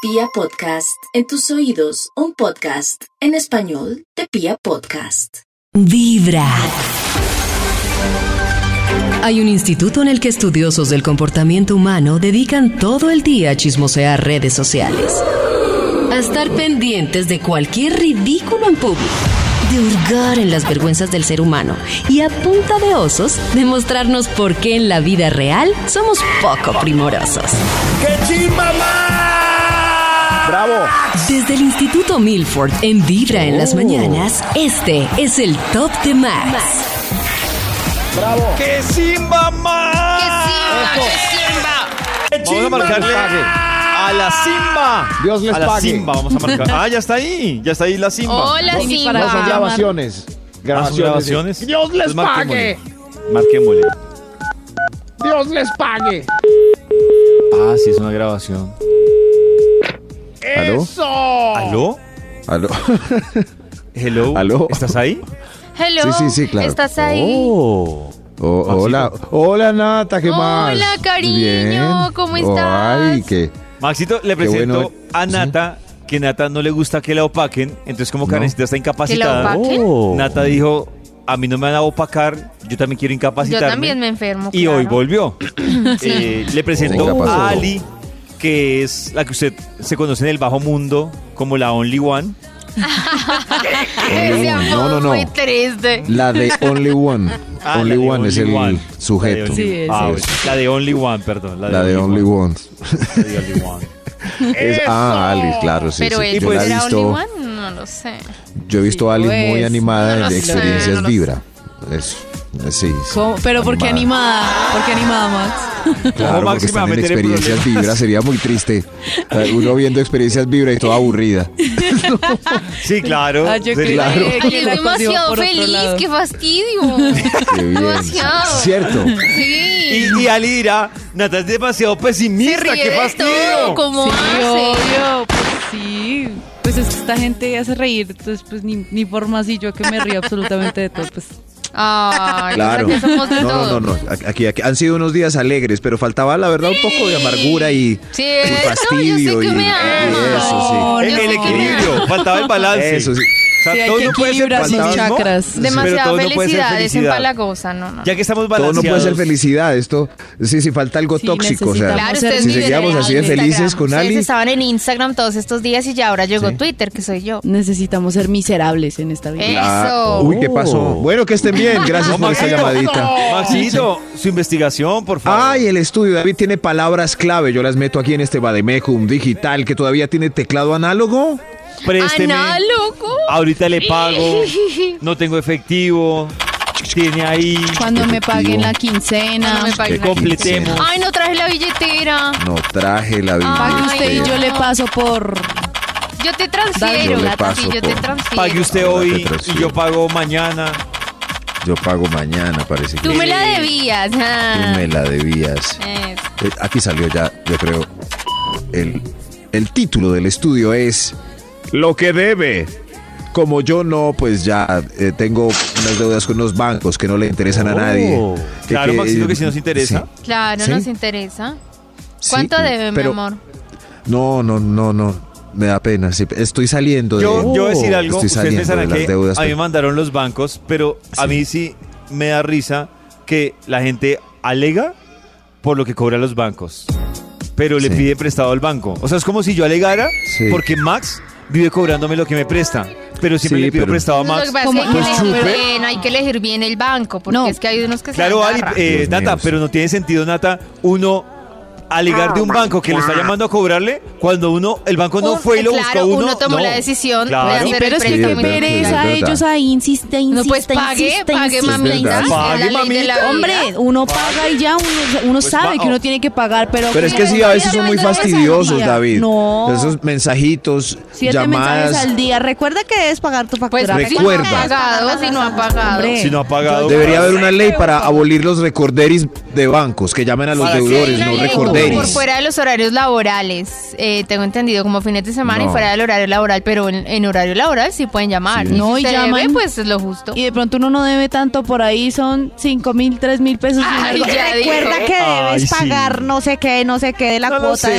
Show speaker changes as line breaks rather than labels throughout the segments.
Pia Podcast, en tus oídos, un podcast en español de Pia Podcast.
Vibra. Hay un instituto en el que estudiosos del comportamiento humano dedican todo el día a chismosear redes sociales, a estar pendientes de cualquier ridículo en público, de hurgar en las vergüenzas del ser humano y a punta de osos demostrarnos por qué en la vida real somos poco primorosos.
¡Qué chimbamá! ¡Bravo!
Desde el Instituto Milford en Vibra en
Oh.
las mañanas, este es el top de Max.
¡Bravo!
¡Que Simba más!
¡Qué
Vamos a marcarle a la Simba.
Dios les
a la
pague.
Simba vamos a marcar. Ah, ya está ahí. Ya está ahí la Simba.
Hola,
Vini,
Simba.
para
No, son
Ah,
grabaciones.
Ah, ¿son
Grabaciones.
grabaciones?
¡Dios les
Pues marquémosle.
pague!
Marquémosle.
¡Dios les pague!
Ah, sí, es una grabación.
¿Aló?
¡Eso!
Oh. ¿Aló?
¿Aló?
Hello.
¿Aló?
¿Estás ahí?
Hello.
Sí, sí, sí, claro.
¿Estás ahí?
Oh.
Oh, hola, hola Nata, ¿qué más?
Hola, cariño, ¿cómo
Oh, Ay,
estás?
qué.
Maxito, le
Qué bueno eh.
presento a Nata, que Nata no le gusta que la opaquen, entonces como
No.
Karencita está
¿Que la
incapacitada.
opaquen?
Oh. Nata dijo, a mí no me van a opacar, yo también quiero
Yo
incapacitarme.
también me enfermo.
Y
claro.
hoy volvió. Eh, le
Venga,
presento
pasó.
a Ali, que es la que usted se conoce en el bajo mundo como la Only One.
Ese
No,
amor
no, no, no.
muy triste.
La de Only One.
Ah,
only
la de
One es el
One. La de
sujeto.
Only-
Sí,
ah, la de Only One, perdón.
La de Only One.
La de Only One.
Es, ah, Ali, claro, sí.
Pero
sí.
él
Y pues-
yo, la he
era
visto,
Only One, no lo sé.
yo he visto a Ali muy
Pues,
animada
no
en
lo sé,
experiencias
no lo
Vibra. Es, es- sí. sí,
¿Cómo? Pero ¿por qué animada? ¿Por qué animada, Max?
Claro, porque
¿Cómo Maxi me va a
están en
meter en
experiencias
problemas?
Vibra. Sería muy triste. Eh, Uno viendo experiencias Vibra y toda aburrida.
Sí, claro.
Ah, yo
Sería-
Claro.
creí
Él
que la
es demasiado
cogió por otro
feliz,
lado.
qué fastidio.
Qué bien.
Demasiado.
Cierto.
Sí.
Y, y Ali dirá, Nata es demasiado pesimista, qué
Ríe de todo,
fastidio.
¿Cómo
Sí,
hace?
obvio, pues sí. Pues es que esta gente hace reír, entonces pues ni, ni forma así, yo que me río absolutamente de todo, pues
Ay,
Claro.
o sea que somos de
No, no,
todo.
no, no. Aquí, aquí han sido unos días alegres, pero faltaba la verdad un poco de amargura y,
Sí,
y
eso, yo
fastidio
sé
y,
que me
y
amas.
eso
El, el equilibrio, faltaba el
sí.
balance.
Eso sí.
O sea,
Sí, hay
todo
que
no puede ser
equilibrar sus
pesimismo,
chakras.
pero todo
Demasiada
no puede ser
felicidad, es
felicidad.
empalagosa, no, no.
Ya que estamos
Todo
balanceados.
no puede ser felicidad, esto sí, sí falta algo
Sí,
tóxico, o sea,
necesitamos
Claro,
ser
ustedes
si
viven
seguíamos
en
así de
Instagram.
felices con
Ustedes
Ali,
estaban en Instagram todos estos días y ya ahora llegó
Sí.
Twitter, que soy yo.
necesitamos ser miserables en esta vida.
Eh.
Ah,
Eso.
uy, ¿qué pasó? Bueno, que estén bien, gracias
No,
por esta
Maxito.
llamadita.
Maxito, su investigación, por favor.
Ay, eh. el estudio David tiene palabras clave, yo las meto aquí en este Bademecum digital que todavía tiene teclado análogo.
Présteme.
Ana, loco.
Ahorita le pago. No tengo efectivo. Tiene ahí.
Cuando me paguen
Efectivo.
la quincena,
No me paguen.
Completemos.
Ay, no traje la billetera.
No traje la
pague
Ay,
usted y yo
billetera.
le paso por...
Yo te
Yo
transfiero,
le
Nata, sí,
paso
yo te
por-
transfiero.
Pague usted
Ahora
hoy
te transfiero.
y yo pago mañana.
Yo pago mañana, parece que
Tú me la debías.
tú
ah.
me la debías.
Eso.
Eh, Aquí salió ya, yo creo. El, el título del estudio es Lo que debe. Como yo no, pues ya eh, tengo unas deudas con los bancos que no le interesan a
Oh.
nadie.
Claro, Maxito, que sí nos interesa.
sí,
Claro,
¿Sí?
nos interesa.
sí,
¿Cuánto debe,
pero-
mi amor?
No, no, no, no. Me da pena. sí, estoy saliendo de.
Yo, yo voy a decir algo.
Estoy
Ustedes
saliendo de
pensarán
las
que
deudas.
a mí me
pero-
mandaron los bancos, pero a
Sí.
mí sí me da risa que la gente alega por lo que cobran los bancos, pero le
Sí.
pide prestado al banco. O sea, es como si yo alegara
Sí.
porque Max vive cobrándome lo que me presta, pero siempre
Sí,
le pido
pero-
prestado a
Lo que
Max.
pasa es que hay que
Pues
elegir
chupe.
bien, hay que elegir bien el banco, porque
No.
es que hay unos que
Claro,
se
Ali,
agarran.
eh,
Dios
Nata,
mío,
pero
sí.
no tiene sentido, Nata, uno alegar de un banco que lo está llamando a cobrarle cuando uno, el banco no
Un-
fue y lo buscó
claro,
a uno.
uno tomó
No.
la decisión de
Claro.
hacer-
Pero es que
Sí,
qué
es verdad,
pereza,
es verdad.
ellos ahí insiste, insiste,
No, pues pague,
insiste,
pague,
insiste.
mamita.
verdad.
es la
Pague,
ley de la vida.
Hombre, uno paga y ya uno, uno sabe
va-
que uno tiene que pagar, pero...
Pero es que sí, a veces son muy fastidiosos, David.
No.
Esos mensajitos,
Siete mensajes
llamadas.
al día. Recuerda que debes pagar tu
Pues
factura.
si
Recuerda.
no ha pagado, si no ha pagado.
Hombre.
Si no ha pagado.
Debería haber una ley para abolir los recorderis de bancos, que llamen a los
Para que
deudores,
haya
no
ley. Por
Tenis.
fuera de los horarios laborales, eh, tengo entendido como fines de semana y
No.
fuera del horario laboral, pero en, en horario laboral sí pueden llamar.
Sí.
No, y
Si se
llaman.
debe, pues es lo justo.
Y de pronto uno no debe tanto por ahí, son 5 mil, 3 mil pesos. y uno
Ay,
digo,
ya
Recuerda
dijo.
que
Ay,
debes
sí.
pagar no sé qué, no sé qué de la
No lo
cuota.
sé.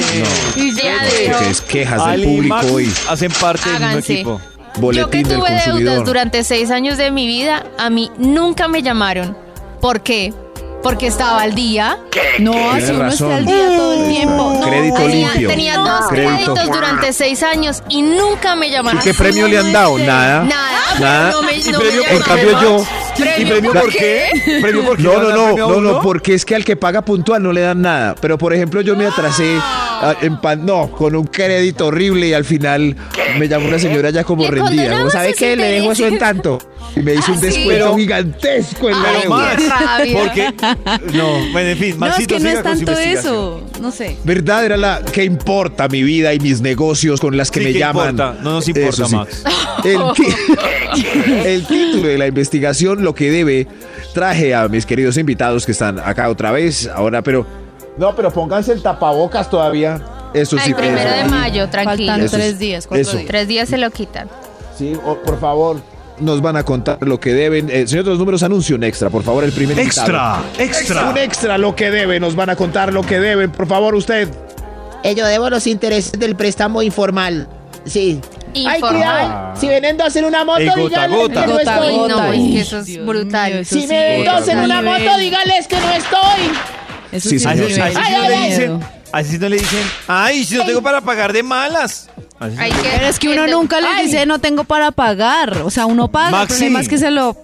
Y ya dijo.
Porque es quejas del
Ali y Max
público y
hacen parte del
Háganse.
mismo equipo.
Yo que
boletín del
tuve deudas
consumidor.
durante seis años de mi vida, a mí nunca me llamaron. ¿Por qué? Porque estaba al día.
No,
Tienes
si uno
razón.
está al día todo el
Ahí está.
tiempo. No,
Crédito
Tenía,
limpio.
tenía dos
Crédito.
créditos durante seis años y nunca me llamaron.
¿Y qué premio le han dado? Nada.
Nada.
Nada.
No me, Ah,
¿Y
no me
premio?
llamaron.
En cambio yo.
¿Premio
¿Y premio
por
por qué? ¿Premio por qué?
No,
¿Le van
no,
a dar
no,
premio a
no,
uno?
no, porque es que al que paga puntual no le dan nada. Pero por ejemplo, yo me atrasé ah, en pan, no, con un crédito horrible y al final me llamó una señora ya como
Le
rendida.
condonaron
¿No sabe
sus
qué? Le dejo eso en
intereses.
tanto. Y me hizo
Ah,
un
sí.
descuento
Pero-
gigantesco en la
Ay, qué
deuda.
rabia.
Porque. No, bueno, en fin,
es
Maxito,
que no
siga
es
con su
tanto
investigación.
eso. No sé.
¿Verdad? Era la que importa mi vida y mis negocios con las que
Sí,
me
¿qué
llaman.
importa? No nos importa,
Eso
Max.
El, ti- el título de la investigación, lo que debe, traje a mis queridos invitados que están acá otra vez ahora, pero. No, pero pónganse el tapabocas todavía. Eso
Ay,
sí que es
primero de
verdad.
mayo, tranquilo.
Faltan
Eso es-
tres días, cuatro
eso.
días.
Tres días se lo quitan.
Sí, o- por favor. Nos van a contar lo que deben. Eh, señor de los números, anuncio un extra, por favor, el primer invitado. Un extra, lo que deben. Nos van a contar lo que deben, por favor, usted.
Eh, yo debo los intereses del préstamo informal. Sí. Ay,
Informal.
cuidado. Si veniendo a hacer una moto,
El gota a
díganles
gota.
que no
Gota a
estoy.
Ay,
gota.
no, es que eso
Uy,
es
Dios
brutal.
mío, eso
Si
sí
me ven
gota a
dos en
gota.
una moto, díganles que no estoy.
Eso
Sí,
sí,
señor,
Así,
es
sí.
nivel
así
Ay,
no le
ay, ay.
dicen, así no le dicen, ay, si no tengo para pagar de malas. Así
Ay,
no-
qué-
Pero es que uno
qué-
nunca les
Ay.
dice no tengo para pagar. O sea, uno paga.
Maxi.
El problema es que se lo.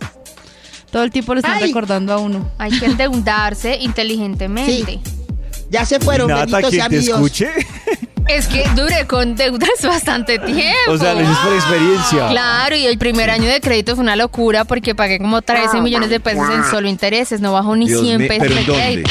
Todo el tiempo le están
Ay.
recordando a uno.
Hay que endeudarse inteligentemente.
Ya se fueron,
Nata,
benditos
quien
sean
te
Dios.
escuche.
Es que dure con deudas bastante tiempo.
O sea, lo dices por experiencia.
Claro, y el primer año de crédito fue una locura porque pagué como 13 millones de pesos en solo intereses, no bajó ni
Dios
100
mío,
pesos
¿pero
de
en dónde?
crédito.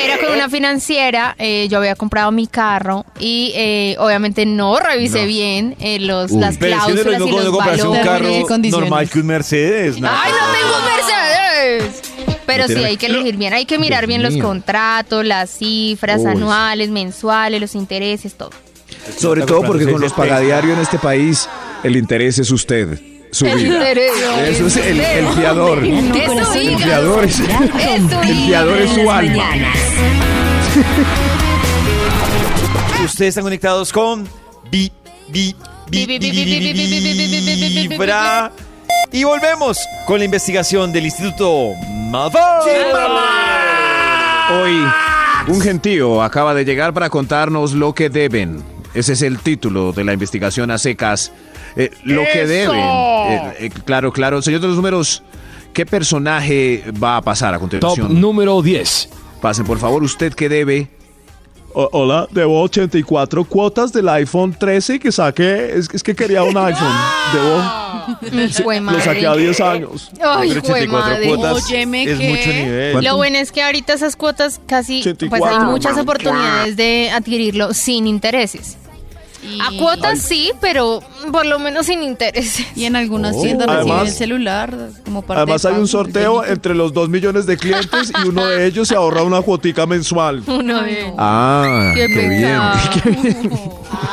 Era con una financiera, eh, yo había comprado mi carro y eh, obviamente no revisé bien eh, los,
Uy.
las
Pero es que no es lo
cláusulas
mismo
y
cuando
los
compras un
valores.
Términos y
carro
condiciones.
normal que un Mercedes. Nata.
¡Ay, no tengo Mercedes! Pero
No tiene-
sí, hay que elegir bien, hay que mirar
Dios
bien los
mío.
contratos, las cifras
Uy.
anuales, mensuales, los intereses, todo.
Sobre
Está
todo
comprando
porque con
seis
los pagadiarios en este país, el interés es usted, su
El
vida.
interés.
Eso es el, el fiador.
Con
Eso
corazón
digas.
El fiador es,
Eso
el fiador es
en
su
las
alma.
mañanas.
Ustedes están conectados con Vi- Vi- Vi- Vi- Vi- Vi- Vi- Vibra. Y volvemos con la investigación del Instituto Malfoy.
Hoy, un gentío acaba de llegar para contarnos lo que deben. Ese es el título de la investigación a secas. Eh, lo que deben. Eh, eh, claro, claro. Señor de los números, ¿qué personaje va a pasar a
Top
continuación?
número 10.
Pasen, por favor, usted que debe.
O- hola, debo 84 cuotas del iPhone 13 que saqué. Es, es que quería un iPhone.
Ah,
Debo.
Jue
Lo
madre.
saqué a 10 años.
Ay,
Pero
jue
84
madre.
cuotas
Óyeme,
es
¿qué?
mucho nivel.
Lo bueno es que ahorita esas cuotas casi, pues
84.
hay muchas oportunidades de adquirirlo sin intereses. A cuotas sí, pero por lo menos sin intereses.
Y en algunas tiendas reciben
Además-
el celular como parte
Además
de
hay un
pago,
sorteo
el
entre los 2 millones de clientes y uno de ellos se ahorra una cuotica mensual.
Uno de
Ah,
Qué pecado.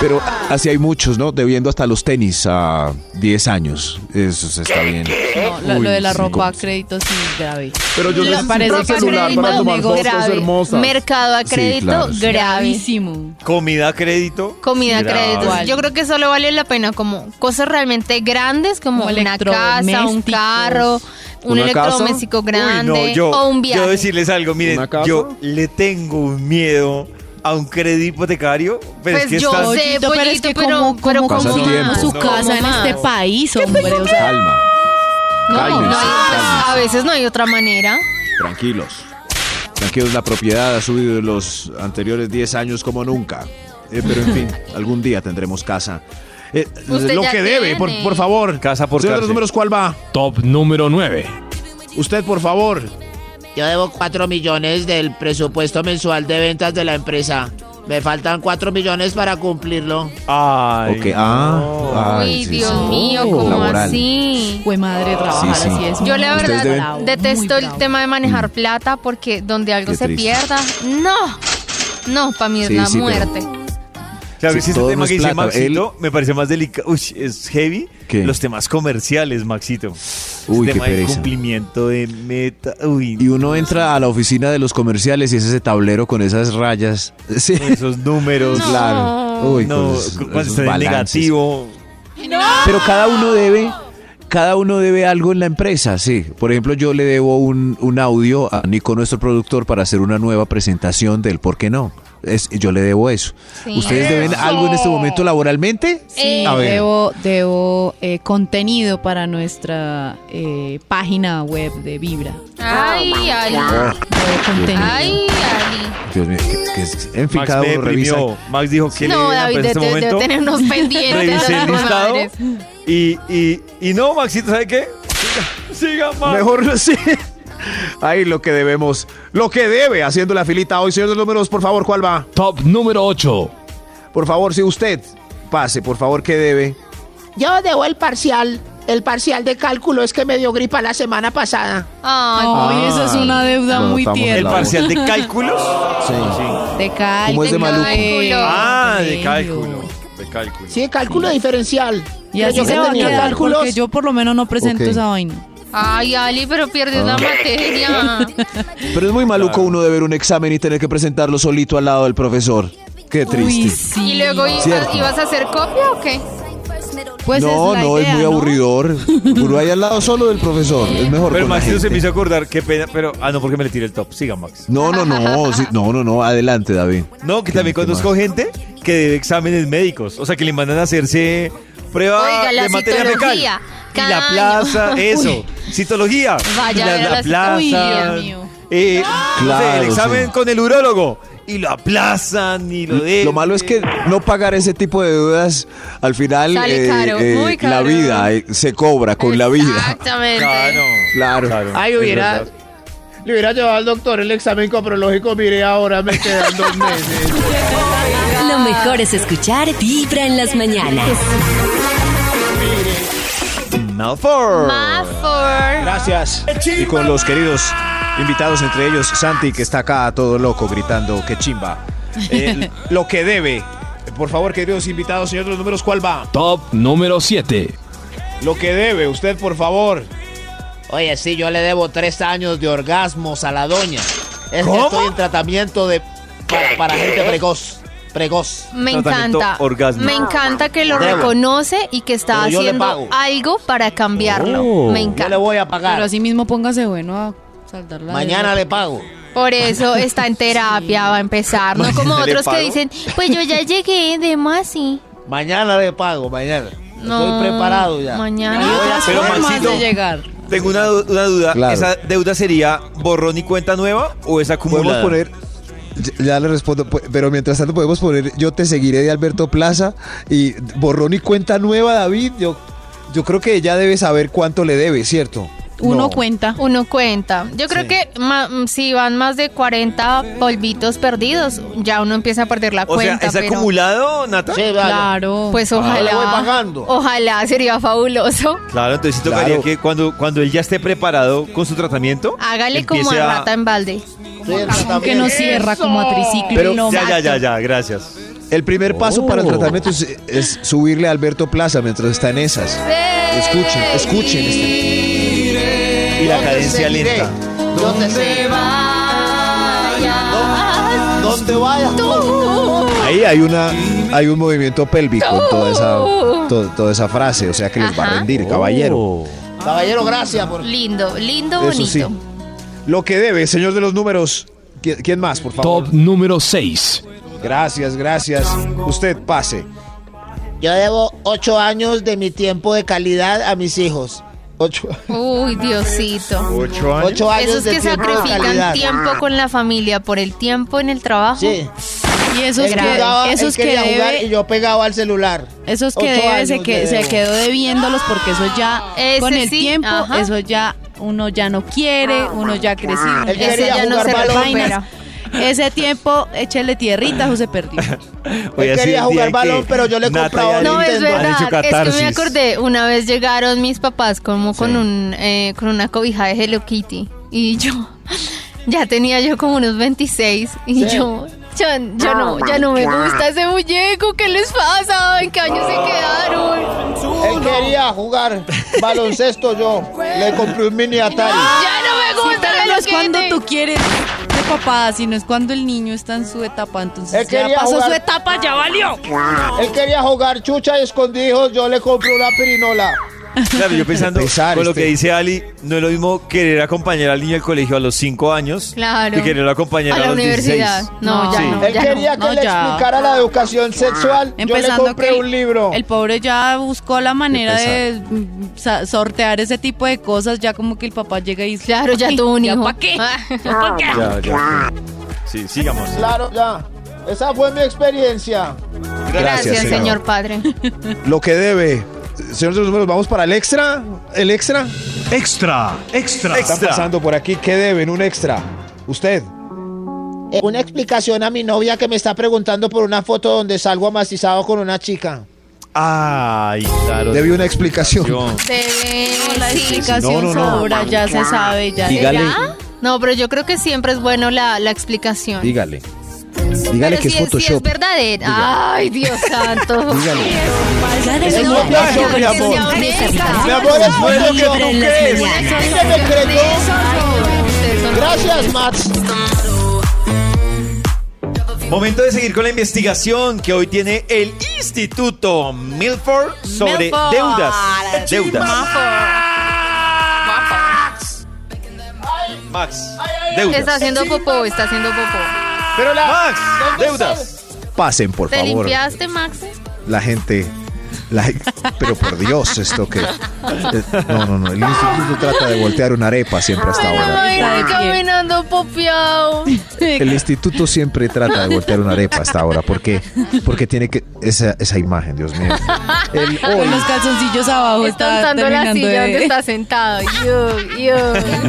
Pero así hay muchos, ¿no? Debiendo hasta los tenis a 10 años. Eso se está bien.
No, lo, lo de la
Uy, sí,
ropa a
¿cómo?
crédito sí grave.
Pero yo
Lo-
necesito
parece
un
que es
celular
un
para tomar
negocio
fotos
grave.
hermosas.
Mercado a
Sí,
crédito
claro, sí.
grave.
Gravísimo.
Comida a crédito.
Comida a
Grave.
crédito. Yo creo que solo vale la pena como cosas realmente grandes, como,
Como
una casa, un
electrodomésticos.
carro, un
¿Una casa?
electrodoméstico grande
Uy, no, yo,
o un viaje.
Yo decirles algo, miren,
¿Una casa?
yo le tengo un miedo a un crédito hipotecario, pero
Pues
es que
yo
está...
sé,
Pollito, pero es
pollito,
que
pero-
como,
pero
como,
¿cómo
como
más?
su
No,
casa
¿cómo
en
más?
este país, hombre. O sea,
Calma.
No,
Cálmense,
no hay-
cálmense.
a veces no hay otra manera.
Tranquilos. Tranquilos, la propiedad ha subido en los anteriores 10 años como nunca. Eh, pero en fin, algún día tendremos casa. Eh,
Usted
lo
ya
que debe,
tiene.
por, por favor.
Casa por
Señor de
cárcel.
los números, ¿cuál va?
Top número 9.
Usted, por favor.
Yo debo 4 millones del presupuesto mensual de ventas de la empresa. Me faltan 4 millones para cumplirlo.
Ay.
Ok, ah. ay,
Uy,
sí,
Dios
sí. Uh,
mío, ¿cómo
Laboral.
así?
Fue madre trabajar
Sí, sí.
así es.
Yo la
muy
verdad
deben- bravo,
detesto el tema de manejar plata porque donde algo
Qué
se
triste.
pierda, no, no, para mí es
Sí,
la
sí, pero-
muerte.
Claro,
Sí,
ese es el
todo no
tema
es
que dice
plata,
Maxito me parece más delicado. Uy, es heavy.
¿Qué?
Los temas comerciales, Maxito.
Uy,
el
qué
tema de
pereza.
cumplimiento de meta. Uy,
Y uno entra a la oficina de los comerciales y es ese tablero con esas rayas. Sí,
con esos números.
No.
claro. Uy, con
No,
esos-
cuando
esos
está en
balances.
negativo.
Pero cada uno debe, cada uno debe algo en la empresa, sí. Por ejemplo, yo le debo un, un audio a Nico, nuestro productor, para hacer una nueva presentación del por qué no. Es, yo le debo eso.
Sí.
¿Ustedes deben algo en este momento laboralmente?
Eh,
A ver.
Debo, debo eh, contenido para nuestra eh, página web de Vibra.
Ay, Ali.
Debo contenido.
Ay, Ali.
Dios mío, que- que es- en fin,
Max
cada
me
uno revisa.
deprimió. Max dijo que
No,
le deben
David,
en
de,
este
de- de
momento.
tener unos pendientes.
Revisé
de
el
las
listado.
madres.
Y, y, y no, Maxito, ¿sabe qué? Siga, siga Max.
Mejor sí. Ahí lo que debemos, lo que debe, haciendo la filita hoy, señor de los números, por favor, ¿cuál va?
Top número 8.
Por favor, si usted pase, por favor, ¿qué debe?
Yo debo el parcial. El parcial de cálculo es que me dio gripa la semana pasada.
Ay,
Ay, eso es una deuda
bueno,
muy
estamos en
El
la
tierna.
parcial de cálculos.
Sí.
De cal,
¿Cómo es de Maluco?
Cálculo.
Ah, de
Tremendo.
cálculo. De cálculo.
Sí, cálculo diferencial.
Y
Que
así
yo
se
que
va a
tenía
quedar
cálculos.
porque yo por lo menos no presento
Ok.
esa vaina.
Ay, Ali, pero pierdes la materia.
Pero es muy maluco uno de ver un examen y tener que presentarlo solito al lado del profesor. Qué triste.
Uy, sí.
¿Y luego ibas,
Cierto.
ibas a hacer copia o qué?
Pues
no,
es la
no,
idea,
es muy
¿no?
aburridor. Uno ahí al lado solo del profesor. Es mejor.
Pero
con la
Maxito se
gente.
me hizo acordar, qué pena, pero... Ah, no, porque me le tiré el top. Siga, Max.
No, no, no, sí, no, no, no. Adelante, David.
No, que también
¿Qué más?
conozco gente que debe exámenes médicos. O sea, que le mandan a hacerse prueba
Oiga, la
de materia fecal.
citología,
Y
cada
la
año.
plaza, eso. Citología.
Vaya
Y
a ver a
la,
la
plaza.
citología. Uy, Dios mío.
eh, no sé,
Claro,
el examen
sí.
con el urólogo. Y lo aplazan y lo dejan.
Lo malo es que no pagar ese tipo de dudas al final eh,
Sale caro, muy caro.
la vida eh, se cobra con la vida.
Exactamente.
Claro.
Claro.
Ay, hubiera. Le hubiera llevado al doctor el examen coprológico, mire, ahora me quedan dos meses.
Lo mejor es escuchar Vibra en las mañanas.
Malfour.
Mafor.
Gracias. Y con los queridos invitados, entre ellos Santi, que está acá todo loco gritando que chimba. Eh, lo que debe. Por favor, queridos invitados, señor de los números, ¿cuál va?
Top número 7.
Lo que debe, usted, por favor.
Oye, sí, yo le debo tres años de orgasmos a la doña. Es que estoy en tratamiento de para, para gente precoz. Precoz.
Me
Tratamiento
encanta.
orgasmo.
Me encanta que lo
Debo.
reconoce y que está
Pero yo le
haciendo
pago.
algo para cambiarlo. Me
Yo le
encanta.
voy a
Pero
pagar.
así mismo póngase bueno a saldar la
Mañana le pago.
Por eso está en terapia, va a empezar. No como
¿Le
otros que
pago?
dicen, pues yo ya llegué, de más sí.
Mañana le pago, mañana.
No,
Estoy preparado ya.
Mañana.
Hay otras
Pero
formas
Maxito-
de llegar.
Tengo una, du- una duda.
Claro.
¿Esa deuda sería borrón y cuenta nueva o es
Podemos
acumulada?
poner. ya- Ya le respondo, pu- pero mientras tanto podemos poner Yo te seguiré de Alberto Plaza y borrón y cuenta nueva, David. Yo, yo creo que ella debe saber cuánto le debe, ¿cierto?
Uno
No.
cuenta.
Uno cuenta. Yo creo que ma- mm, si van más de 40 polvitos perdidos, ya uno empieza a perder la
O sea,
cuenta.
¿es
pero-
acumulado, Nata?
Sí, vaya.
Claro.
Pues
Ah. le voy
ojalá.
pagando.
Ojalá sería fabuloso.
Claro, entonces sí tocaría
Claro.
que cuando, cuando él ya esté preparado con su tratamiento,
Hágale como a
empiece
rata en balde.
Estoy en tratamiento.
que no cierra como a triciclo.
Pero-
y no
Ya, ya,
mata.
ya, ya, gracias.
El primer paso para el tratamiento es, es subirle a Alberto Plaza mientras está en esas. Escuchen, escuchen. este-
Y la cadencia lenta.
¿Dónde se va? ¿Dónde vayas?
Ahí hay una, hay un movimiento pélvico en toda esa, to- toda esa frase, o sea que les va a
Oh. Ajá.
rendir, caballero.
Caballero, gracias por.
Lindo, lindo,
Eso
bonito.
sí. Lo que debe, señor de los números. ¿Qui- ¿Quién más, por favor?
Top número 6.
Gracias, gracias. Usted pase.
Yo debo ocho años de mi tiempo de calidad a mis hijos. Ocho,
Uy, Diosito.
Ocho
ocho años
Esos
de
que
tiempo de
sacrifican
calidad.
tiempo con la familia por el tiempo en el trabajo.
Sí.
Y esos
Él
que,
jugaba,
esos
él
que
quería jugar
debe,
y yo pegaba al celular.
esos que
Ocho
debe se,
años
que,
le
se
debo.
quedó debiéndolos porque eso ya
Ese
con el
sí,
tiempo,
ajá.
eso ya uno ya no quiere, uno ya creció, uno
Ah, Él
ya
Ese
quería
ya no
jugar
se
balón,
vainas.
recupera.
Ese tiempo, échele tierrita, José
Hoy
perdió.
ha sido
quería
el
jugar
día en
balón,
que
pero yo le
Nata y
compraba
Ale
No, es
han
verdad.
hecho
Es que
catarsis.
me acordé, una vez llegaron mis papás como con un eh, con una cobija de Hello Kitty y yo ya tenía yo como unos 26 y
Sí.
yo yo, yo
Oh
no,
my
ya no me
God.
gusta ese muñeco, ¿qué les pasa? ¿En qué año se quedaron?
Él quería jugar baloncesto yo. Le compré un mini Atari.
Ya no me gusta
Sí, pero
el
no es cuando
juguete.
tú quieres de papá, sino es cuando el niño está en su etapa. Entonces
Él
ya
quería
pasó
jugar-
su etapa, ya valió.
Él quería jugar chucha y escondijos, yo le compré una pirinola.
Claro, yo pensando con lo que
este.
dice Ali, no es lo mismo querer acompañar al niño al colegio a los 5 años
Claro.
que querer acompañar
A
a,
la
los 16.
universidad. No, ya
Sí.
no,
Él
ya
quería
no,
que
no,
le
ya.
explicara la educación sexual. yo
Empezando
le compré
que el-
un libro.
El pobre ya buscó la manera de mm, sa- sortear ese tipo de cosas, ya como que el papá llega y dice,
Claro, ya
"Ay,
tuvo un hijo. Ah.
¿Para qué? ¿Pa' qué?".
Ya, ya. Sí, sigamos.
Claro, ya. Esa fue mi experiencia.
Gracias,
Gracias,
señor.
señor.
padre.
Lo que debe. Señor de los números, vamos para el extra. El extra.
Extra, extra.
Está pasando por aquí. ¿Qué deben? Un extra. Usted.
Eh, Una explicación a mi novia que me está preguntando por una foto donde salgo amacizado con una chica.
Ay, claro.
Debe una explicación.
Debe-
La
sí.
explicación
No, no, no.
sobra, ya se sabe, ya.
Dígale.
¿Será? No, pero yo creo que siempre es bueno la, la explicación.
Dígale. Dígale que
Pero si
es
si es
Photoshop.
verdadera. Ay, Dios santo.
Dígale.
Cada
Es
uno
propia
deja
sombra,
que
amor.
se aparezca.
Mi amor, es bueno que
Libre en
tú
las
crees.
mañanas.
Usted me creyó.
Ustedes son-
Gracias, Max.
Momento de seguir con la investigación que hoy tiene el Instituto Milford sobre
Milford.
deudas. Deudas. Max. Deudas.
Está haciendo popó, está haciendo popó.
Pero la
Max,
¿dónde
deudas.
Pasen, por
¿Te
favor.
limpiaste, Max?
La gente. la gen- pero por Dios, esto que. eh, No, no, no. El instituto trata de voltear una arepa siempre hasta ahora.
Ay, caminando popeado.
El instituto siempre trata de voltear una arepa hasta ahora. ¿Por qué? Porque tiene que. Esa, esa imagen, Dios mío. El
Con
hoy.
los calzoncillos abajo Oh, está
Estando la
terminando
silla donde
de...
está sentado. Yo, yo.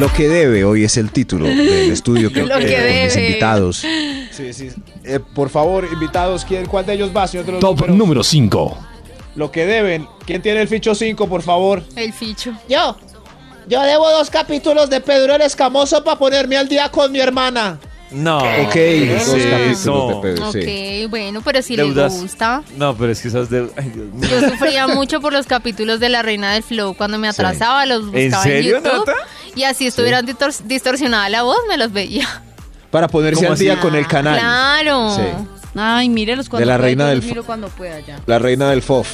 Lo que debe hoy es el título del estudio que,
Lo que
eh, con mis
debe.
invitados.
Sí, sí. Eh, por favor, invitados, ¿quién, ¿cuál de ellos va, señor de los
Top
números?
número 5.
Lo que deben. ¿Quién tiene el ficho 5, por favor?
El ficho.
Yo. Yo debo dos capítulos de Pedro el Escamoso para ponerme al día con mi hermana.
No.
Ok, dos capítulos de Pedro,
Ok,
sí.
bueno, pero si
Deudas.
le gusta.
No, pero es que esas deudas. Ay, Dios mío.
Yo sufría mucho por los capítulos de La Reina del Flow cuando me atrasaba, los buscaba
¿En
en,
serio,
YouTube.
Nata?
Y así estuvieran distor- distorsionada la voz, me los veía.
Para ponerse
¿Cómo
al día
así?
con el canal.
Ah, Claro.
Sí.
Ay, mírelos cuando
De la
pueda,
reina
yo
del
los
fu-
miro cuando pueda ya.
La reina del FOF.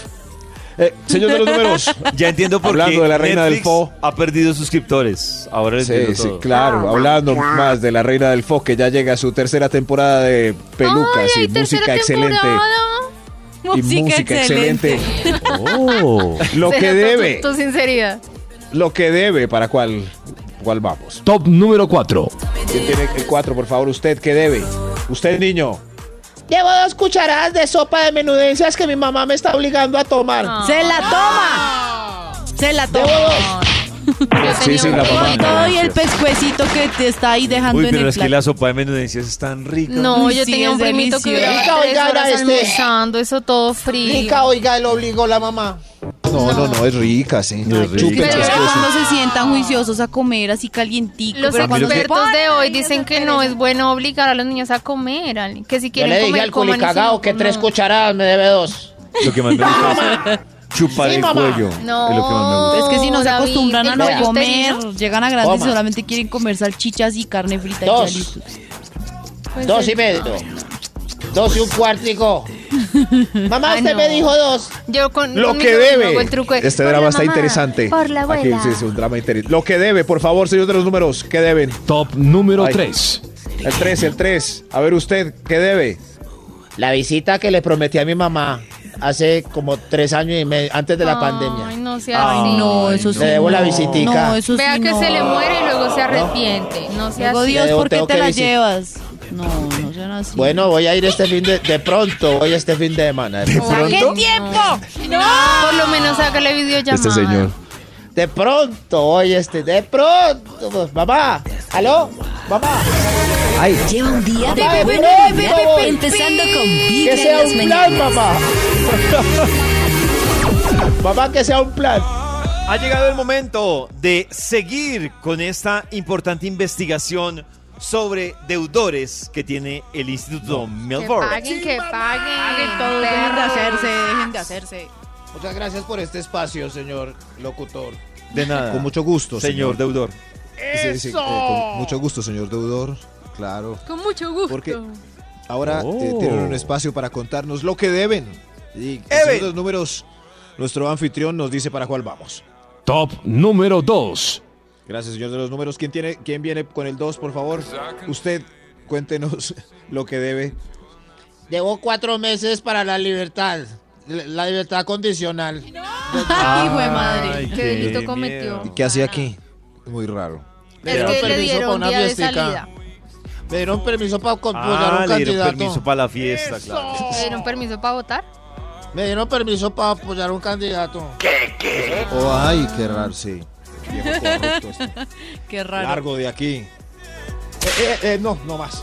Eh, señor de los números.
Ya entiendo por
Hablando
qué
de la reina del
Netflix
fo.
ha perdido suscriptores. Ahora les
Sí,
entiendo
sí,
todo.
claro. Hablando más de la reina del FOF, que ya llega a su tercera temporada de pelucas
Ay,
y música
tercera
excelente.
temporada.
Y música excelente.
Oh.
Lo
Se
que
notó
debe.
Tu, tu sinceridad.
Lo que debe. ¿Para cuál, cuál vamos?
Top número 4.
¿Quién tiene el 4, por favor? ¿Usted qué debe? Usted, niño.
Llevo dos cucharadas de sopa de menudencias que mi mamá me está obligando a tomar.
Ah.
¡Se la toma! ¡Se la
Debo
toma!
dos.
Sí, sí, la mamá.
Con todo y el pescuecito que te está ahí dejando
Uy,
en
pero
el
es que la
plato.
sopa de menudencias es tan rica.
No,
Uy,
yo
sí,
tenía un
es
primito que
delicioso.
duraba
Rica,
tres
oiga,
horas
este.
almorzando, eso todo frío.
Rica, oiga, él obligó la mamá.
No, no, no, es rica, sí.
Pero
Chúpense
era
eso.
cuando se sientan juiciosos a comer así calientico.
Los
pero cuando se
expertos de hoy
ponen
dicen
esa
que no
pereza.
es bueno obligar a los niños a comer, Ale, que si
Yo
quieren
le dije
comer,
al
coman y si
culicagao
no,
que tres
no.
cucharadas me debe dos.
Lo que más me gusta es chupar
Sí,
el
mamá.
cuello.
No,
Es lo que más me gusta.
Pues Es que si no se
David,
acostumbran a
el
no
cuello
comer,
uterino,
llegan a grandes y
Coma.
solamente quieren comer salchichas y carne frita y
Dos.
chalitos.
pues,
Dos y
el-
medio. Dos y un cuartico. Mamá,
Ay,
usted
no.
me dijo dos.
Yo con
Lo
con mi
que
sobrino
debe.
hago el truco de-
Este
por
drama
la
está
mamá,
interesante.
Por la
Aquí
abuela.
sí, es un drama interesante. Lo que debe, por favor, señor de los números, ¿qué deben?
Top número
Ay.
3.
El 3, el 3. A ver usted, ¿qué debe?
La visita que le prometí a mi mamá hace como tres años y medio, antes de la
Ay,
pandemia.
no sea
Ay,
así.
no, eso sí.
Le debo la
no.
visitica.
No, eso
Vea
sí.
que
no.
se le muere y luego se arrepiente. No, sea
Luego
así.
Dios,
Debo-
¿por qué
tengo
te
que
la
visit-
llevas? No, no sean así.
Bueno, voy a ir este fin de... De pronto, voy este fin de semana. De
O sea,
pronto?
¿qué tiempo? No. Por lo menos hágale videollamada.
Este señor.
De pronto, oye, este, de pronto. Mamá, ¿aló? Mamá.
Lleva un día de
Papá,
bueno,
ven,
Navidad,
por favor.
empezando con Vibra
Que
en
sea
las
un plan,
mañanas.
papá.
Papá, que sea un plan. Ha llegado el momento de seguir con esta importante investigación sobre deudores que tiene el Instituto Melbourne.
Paguen, que paguen.
todos, dejen de
perros.
hacerse, dejen de hacerse.
Muchas gracias por este espacio, señor locutor.
De nada.
Con mucho gusto, señor.
Señor, deudor.
Sí, sí, eh, con mucho gusto, señor deudor. Claro.
Con mucho gusto.
Porque ahora
Oh.
eh, tienen un espacio para contarnos lo que deben. Y según los números, nuestro anfitrión nos dice para cuál vamos.
Top número 2.
Gracias, señor de los números. ¿Quién, tiene, quién viene con el 2, por favor? Usted, cuéntenos lo que debe.
Llevo cuatro meses para la libertad. La libertad condicional.
hijo de madre. Ay, Qué qué delito cometió. miedo.
¿Y qué hacía aquí? Muy raro.
Es que le
para
dieron
una
día de
fiestica.
salida.
Me dieron permiso para apoyar
Ah,
un
le dieron
candidato.
permiso para la fiesta, claro.
¿Le dieron permiso para votar?
Me dieron permiso para apoyar un candidato.
¿Qué? ¿Qué?
Oh, ay, qué raro, sí. Viejo corrupto este.
Qué raro.
Largo de aquí. Eh, eh, eh, no, no más.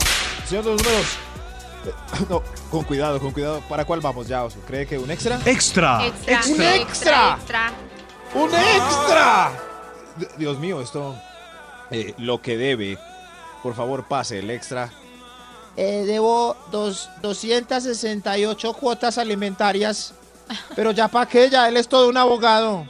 Señor de los números. eh, No, con cuidado, con cuidado. ¿Para cuál vamos ya, Oso? ¿Cree que un extra?
Ah.
Extra.
¡Un extra! ¡Un extra! D- Dios mío, esto. eh, lo que debe. Por favor, pase el extra.
Eh, debo dos, 268 cuotas alimentarias. Pero ya para qué, ya él es todo un abogado.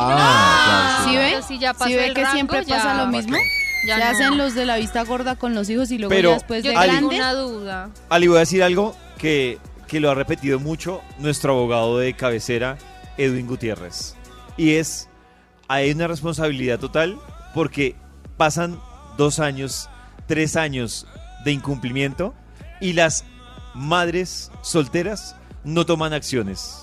Ah,
¿Sí ve?
Entonces, si ya pasó
¿Sí ve
el
que
rango,
siempre
ya-
pasa lo mismo?
Ya
Se
no.
hacen los de la vista gorda con los hijos y luego
Pero
ya después Pues de
Yo tengo
grande.
una duda.
Ali, voy a decir algo que, que lo ha repetido mucho nuestro abogado de cabecera, Edwin Gutiérrez. Y es, hay una responsabilidad total porque pasan dos años, tres años de incumplimiento y las madres solteras no toman acciones.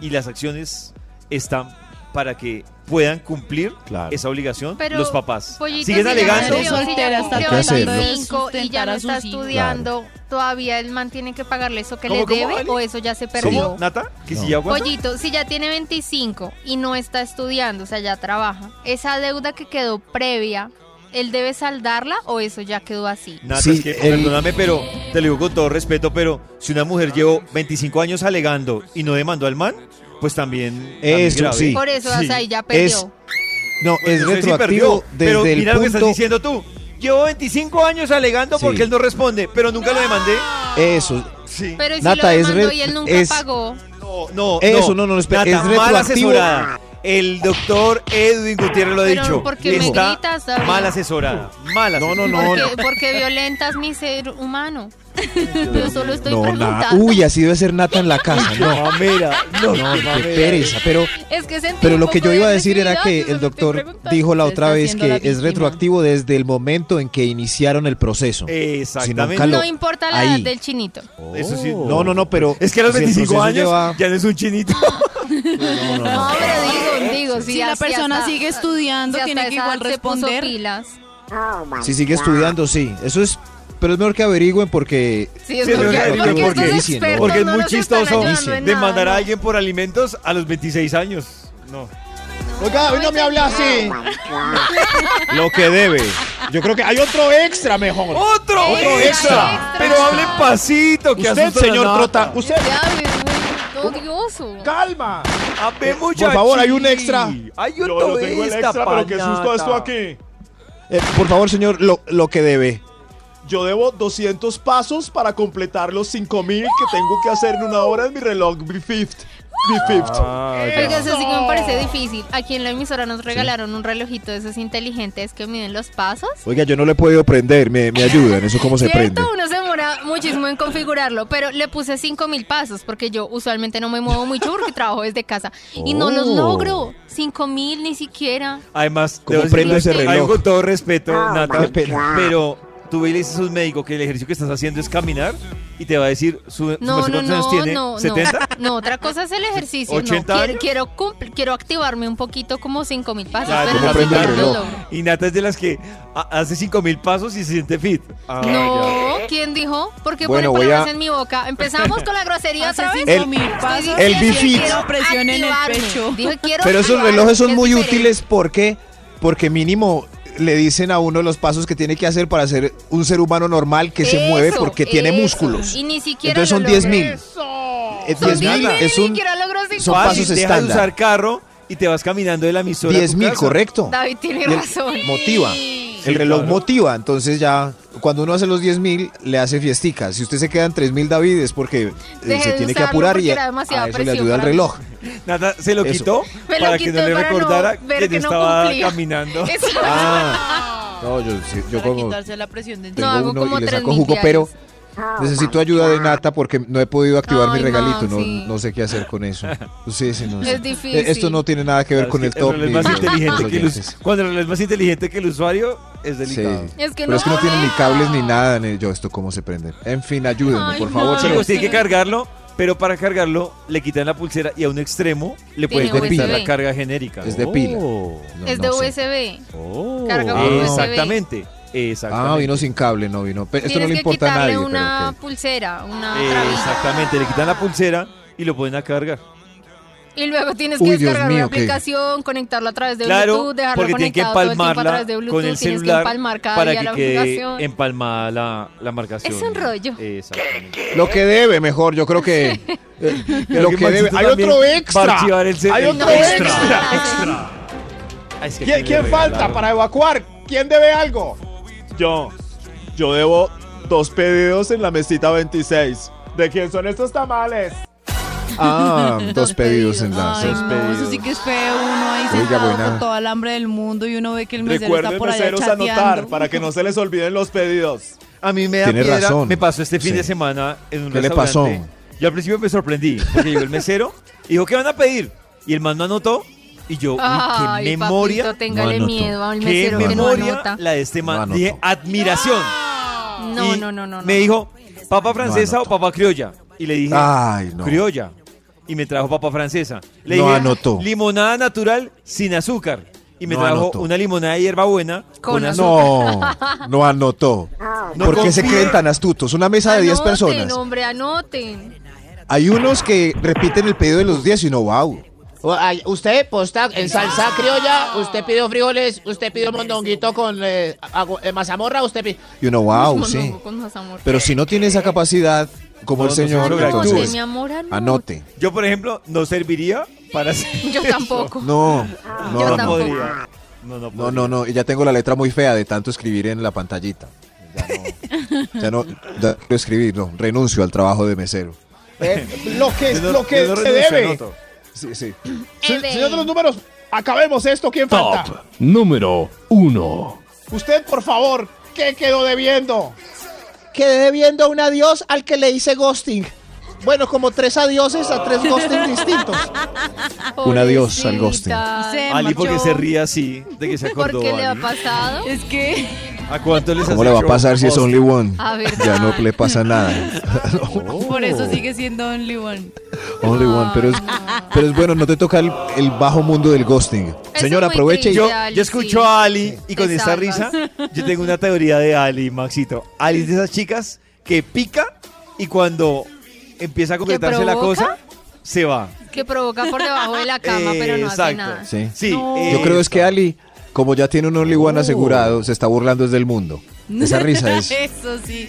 Y las acciones están para que puedan cumplir esa obligación
Pero,
los papás.
Pollito,
Siguen
si ya
alegando.
cumplió- si ya
Soltera, está
cumplió
tratando de
25 y ya
sustentar
no
a sus
está
hijos.
estudiando, ¿todavía el man tiene que pagarle eso que
¿Cómo,
le
cómo,
debe
Ale?
o eso ya se perdió?
¿Cómo, Nata? ¿Que si ya aguanta?
Pollito, si ya tiene 25 y no está estudiando, o sea, ya trabaja, ¿esa deuda que quedó previa, él debe saldarla o eso ya quedó así?
Nata,
Sí,
es que,
el-
perdóname, pero te lo digo con todo respeto, pero si una mujer llevó 25 años alegando y no demandó al man, pues también. también
Eso,
grave.
sí.
Por eso, o
Sí.
sea, ahí ya perdió.
Es- No,
Pues
es
no sé si
retroactivo
perdió, pero
desde el
mira lo que estás
punto.
diciendo tú. Llevo 25 años alegando
Sí.
porque él no responde, pero nunca lo demandé.
Eso.
Sí.
Pero ¿y si
Nata,
lo
es
demandó
re-
y él nunca
es-
pagó.
No, no,
Eso, no, no, espera,
Nata,
es
mal
retroactivo.
asesorada. El doctor Edwin Gutiérrez lo ha
Pero,
dicho.
¿por qué me
Está
gritas, David?
mal asesorada. Mal
No, no,
asesorada.
no. no.
Porque, porque violentas mi ser humano. Yo solo estoy
No, Uh, na-
preguntando.
Uy, así debe ser Nata en la casa. No,
mira,
no, qué pereza. Pero,
Es que sentí
pero
un
lo que
poco
yo iba a
de
decir era que el
agresividad, yo solo estoy
doctor
preguntando.
dijo la
Se
otra
está
vez
haciendo la
que es
víctima.
retroactivo desde el momento en que iniciaron el proceso.
Exactamente.
lo-
No importa la
ahí.
edad del chinito.
Eso sí.
No, no, no, pero
Es que a los
si el
25
proceso
años
lleva-
ya no es un chinito.
No, pero digo, digo,
Si
sí,
la
así
persona
hasta-
sigue estudiando,
si hasta
tiene que
esa
igual
edad se puso
responder.
pilas.
si sigue estudiando, sí. Eso es. Pero es mejor que averigüen porque.
Sí, es
Sí, es
porque,
verdad,
porque
porque
estos
dicen, ¿no?
expertos
Porque es
no
muy
nos están
chistoso
ayudando en nada,
demandar a
¿no?
alguien por alimentos a los 26 años. No.
Oiga, a mí no me habla así.
Lo que debe.
Yo creo que hay otro extra mejor.
¡Otro!
Otro extra.
Pero hablen pasito, que
Usted,
asusta la
señor
nata.
Trota, usted-
Ya, es muy odioso.
¡Calma!
Hablen, muchachos.
favor, hay un extra.
Hay
Yo
otro
no tengo el
extra,
extra, pero qué susto
panata.
esto aquí.
Eh, por favor, señor, lo, lo que debe.
Yo debo 200 pasos para completar los 5000 que tengo que hacer en una hora en mi reloj B-Fifth.
Oiga, eso sí que me parece difícil. Aquí en la emisora nos regalaron un relojito de esos inteligentes que miden los pasos.
Oiga, yo no le he podido prender. Me, me ayudan. Eso cómo se prende.
Cierto, uno se demora muchísimo en configurarlo, pero le puse 5000 pasos porque yo usualmente no me muevo mucho porque trabajo desde casa y no los
Oh.
logro. 5000 ni siquiera.
Además,
¿Cómo
debo decirlo,
prendo ese reloj?
algo con todo respeto,
Ah,
Nata,
my God.
pero tú ve y le dices a un médico que el ejercicio que estás haciendo es caminar y te va a decir su, su
No,
merced
no,
cuántos años
no,
tiene,
no, no.
70.
No, otra cosa es el ejercicio. no.
80
Quiero,
años.
quiero, cumpl- quiero activarme un poquito como 5000 pasos.
Ah,
Claro,
pero
¿cómo
no
prendo el
siempre lo
reloj?
logro.
Y Nata es de las que ha- hace 5000 pasos y se siente fit. Ah, ya.
No, ¿quién dijo? Porque
Bueno,
pone
voy
palabras
a-
en mi boca. Empezamos con la grosería otra vez.
El-
mil pasos.
el
Estoy diciendo que
bifit.
quiero
Presión en el
activarme.
pecho.
Dije, quiero
Pero esos
activarme,
relojes son
que es
muy
diferente.
útiles porque, porque mínimo le dicen a uno los pasos que tiene que hacer para ser un ser humano normal que se
Eso,
mueve porque tiene
eso.
músculos.
Y ni siquiera
Entonces
lo
son
logró.
10 mil.
Son
10 mil
10.000
es
ni
un...
siquiera logró cinco
son
mil.
pasos
Fácil, dejas de
estándar.
usar carro y te vas caminando de la misora.
10.000, correcto.
David tiene
Y el-
razón.
Motiva. El reloj motiva, entonces ya cuando uno hace los 10 mil le hace fiestica. Si usted se queda en 3 mil David es porque eh,
Dejé
se
de
tiene que
usarlo
apurar
porque
y
era
a,
demasiada
a eso le
presión
ayuda el
para mí.
reloj.
Nada, se lo
Eso.
quitó
Me lo
para que
quitó
no le
para no
recordara
ver
que,
que no
estaba
cumplía.
caminando.
Exacto.
Ah, no, yo, sí, yo
Para
como
quitarse la presión de
tengo
No, hago
uno
como
y le
tres
saco jugo,
mil
pero
diarios.
necesito ayuda de Nata porque no he podido activar mi
Ay, no,
regalito, no,
sí.
no sé qué hacer con eso. Sí, sí, no
Es
sé. Eh,
difícil.
Esto no tiene nada que ver con el
Claro,
top.
es que el reloj
ni
más
los-
inteligente
los
que el us-
oyentes.
Cuando el reloj es más inteligente que el usuario, es
Sí.
delicado.
Es que
Pero
no
es que no tiene ni
podía.
cables ni nada. ni- Yo, esto cómo se prende. En fin, ayúdenme,
Ay,
por favor.
no.
pero-
Chicos, tiene que cargarlo, pero para cargarlo le quitan la pulsera y a un extremo le pueden
Tiene
conectar
USB.
la carga genérica.
Es de pila.
Oh.
No,
es
no
de
sé.
USB.
Oh.
Carga
Ah,
USB.
Exactamente. Exactamente.
Ah, vino sin cable, no vino. Pero esto no
Tienes
le
que
importa a
quitarle
nadie.
una
pero ok.
pulsera, una
Eh,
trabilla.
Exactamente, le quitan la pulsera y lo pueden a cargar.
Y luego tienes
Uy,
que
Dios
descargar
mío,
una
qué-
aplicación, conectarla a través de
Claro,
Bluetooth, dejarla
porque tienen que
conectada todo el tiempo a
empalmarla
través de Bluetooth,
con el
tienes
celular
que empalmar cada
para
día
que
la
quede
aplicación.
empalmada la, la marcación.
Es un rollo.
Exactamente.
Lo que debe, mejor, yo creo que. eh, lo que debe.
Maxito
Hay
también
otro
va a
extra.
archivar el cel-
Hay
el
otro
extra.
extra.
Ah, es que
¿Quién,
aquí
quién
le
falta
regalaron.
para evacuar? ¿Quién debe algo? Yo. Yo debo dos pedidos en la mesita 26. ¿De quién son estos tamales?
Ah, dos pedidos en la.
Ay,
dos
no,
pedidos.
eso sí que es feo. Uno ahí
Oiga,
sentado
buena.
con todo el hambre del mundo y uno ve que el mesero está
Recuerden,
por allá
meseros,
chateando.
anotar para que no se les olviden los pedidos.
A mí me da
Tiene
piedra.
razón.
Me pasó este fin
Sí.
de semana en un
¿Qué le
restaurante.
pasó?
Yo al principio me sorprendí porque llegó el mesero y dijo, ¿qué van a pedir? Y el man no anotó y yo, uy,
Ay,
qué memoria.
papito, téngale
No anotó.
miedo al
qué
mesero que no
memoria
anota. ¡Ah!
la de este man.
No
Dije,
anotó.
admiración.
No,
Y
no, no, no.
Me
no.
dijo, ¿papa francesa o
anotó.
papa criolla? Y le dije,
Ay, no.
criolla. Y me trajo papa francesa. Le
No
dije,
anotó.
limonada natural sin azúcar. Y me
No
trajo
anotó.
una limonada de hierbabuena
Con
con azúcar.
No, no anotó.
No
¿Por qué se
confíe.
creen tan astutos? Una mesa de 10
Anoten,
personas.
hombre, anoten.
Hay unos que Eh, repiten el pedido de los 10 y no, wow.
O- ay, Usted, pues está en salsa criolla, usted pidió frijoles, usted pidió mondonguito con eh, agu- eh, mazamorra, usted pidió...
Y uno, wow,
Los
sí.
mondongo con más amor.
Pero si no tiene esa capacidad, como el
No, no
señor,
se logra.
Anote,
entonces,
mi amor, anote.
anote.
Yo, por ejemplo, no serviría para hacer
Yo
eso.
tampoco.
No,
Ah, Yo
no,
No
no.
tampoco.
podría. No, no
No,
podría.
no, no. Y ya tengo la letra muy fea de tanto escribir en la pantallita. Ya no, ya no quiero escribir, no. Renuncio al trabajo de mesero.
Eh, lo que,
Yo no-
lo que
yo no
se
renuncio,
debe.
anoto.
Sí, sí.
Se-
Eve.
Señor de los números, acabemos esto. ¿Quién
Top
falta?
número 1.
Usted, por favor, ¿qué quedó debiendo?
Quedé debiendo un adiós al que le hice ghosting. Bueno, como tres adioses a tres ghosting distintos.
Un adiós al
Pobrecita.
ghosting. Sí.
Ali, porque
Macho.
se ríe así de que se acordó.
¿Por qué le ha
Ali?
pasado?
Es que
¿A cuánto les
¿Cómo
has
le va a
hecho
pasar si es
post?
only one?
Ah, ¿verdad?
Ya no le pasa nada.
por eso sigue siendo Only One.
Only one, pero es, pero es bueno, no te toca el, el bajo mundo del ghosting.
es
Señor,
muy
aproveche y
triste.
Yo,
Ali,
yo escucho
sí.
a Ali y con
Te
esta risa,
salvas.
yo tengo una teoría de Ali, Maxito. Ali es de esas chicas que pica y cuando empieza a completarse la cosa,
provoca?
se va.
Que provoca por debajo de la cama, pero no hace
Exacto.
nada.
Sí.
Sí, eh,
Yo creo es que Ali, como ya tiene un only one asegurado, se está burlando desde el mundo. Esa risa es
Eso sí.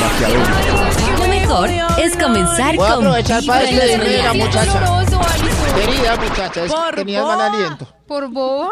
maquiavélica.
Lo mejor es comenzar
Voy a
con
aprovechar para
Vibra en las
despedirme de la
mañanas.
muchacha.
Doloroso, Alison.
Querida muchacha, es-
Por
tenía mal
boba.
aliento.
¿Por boba?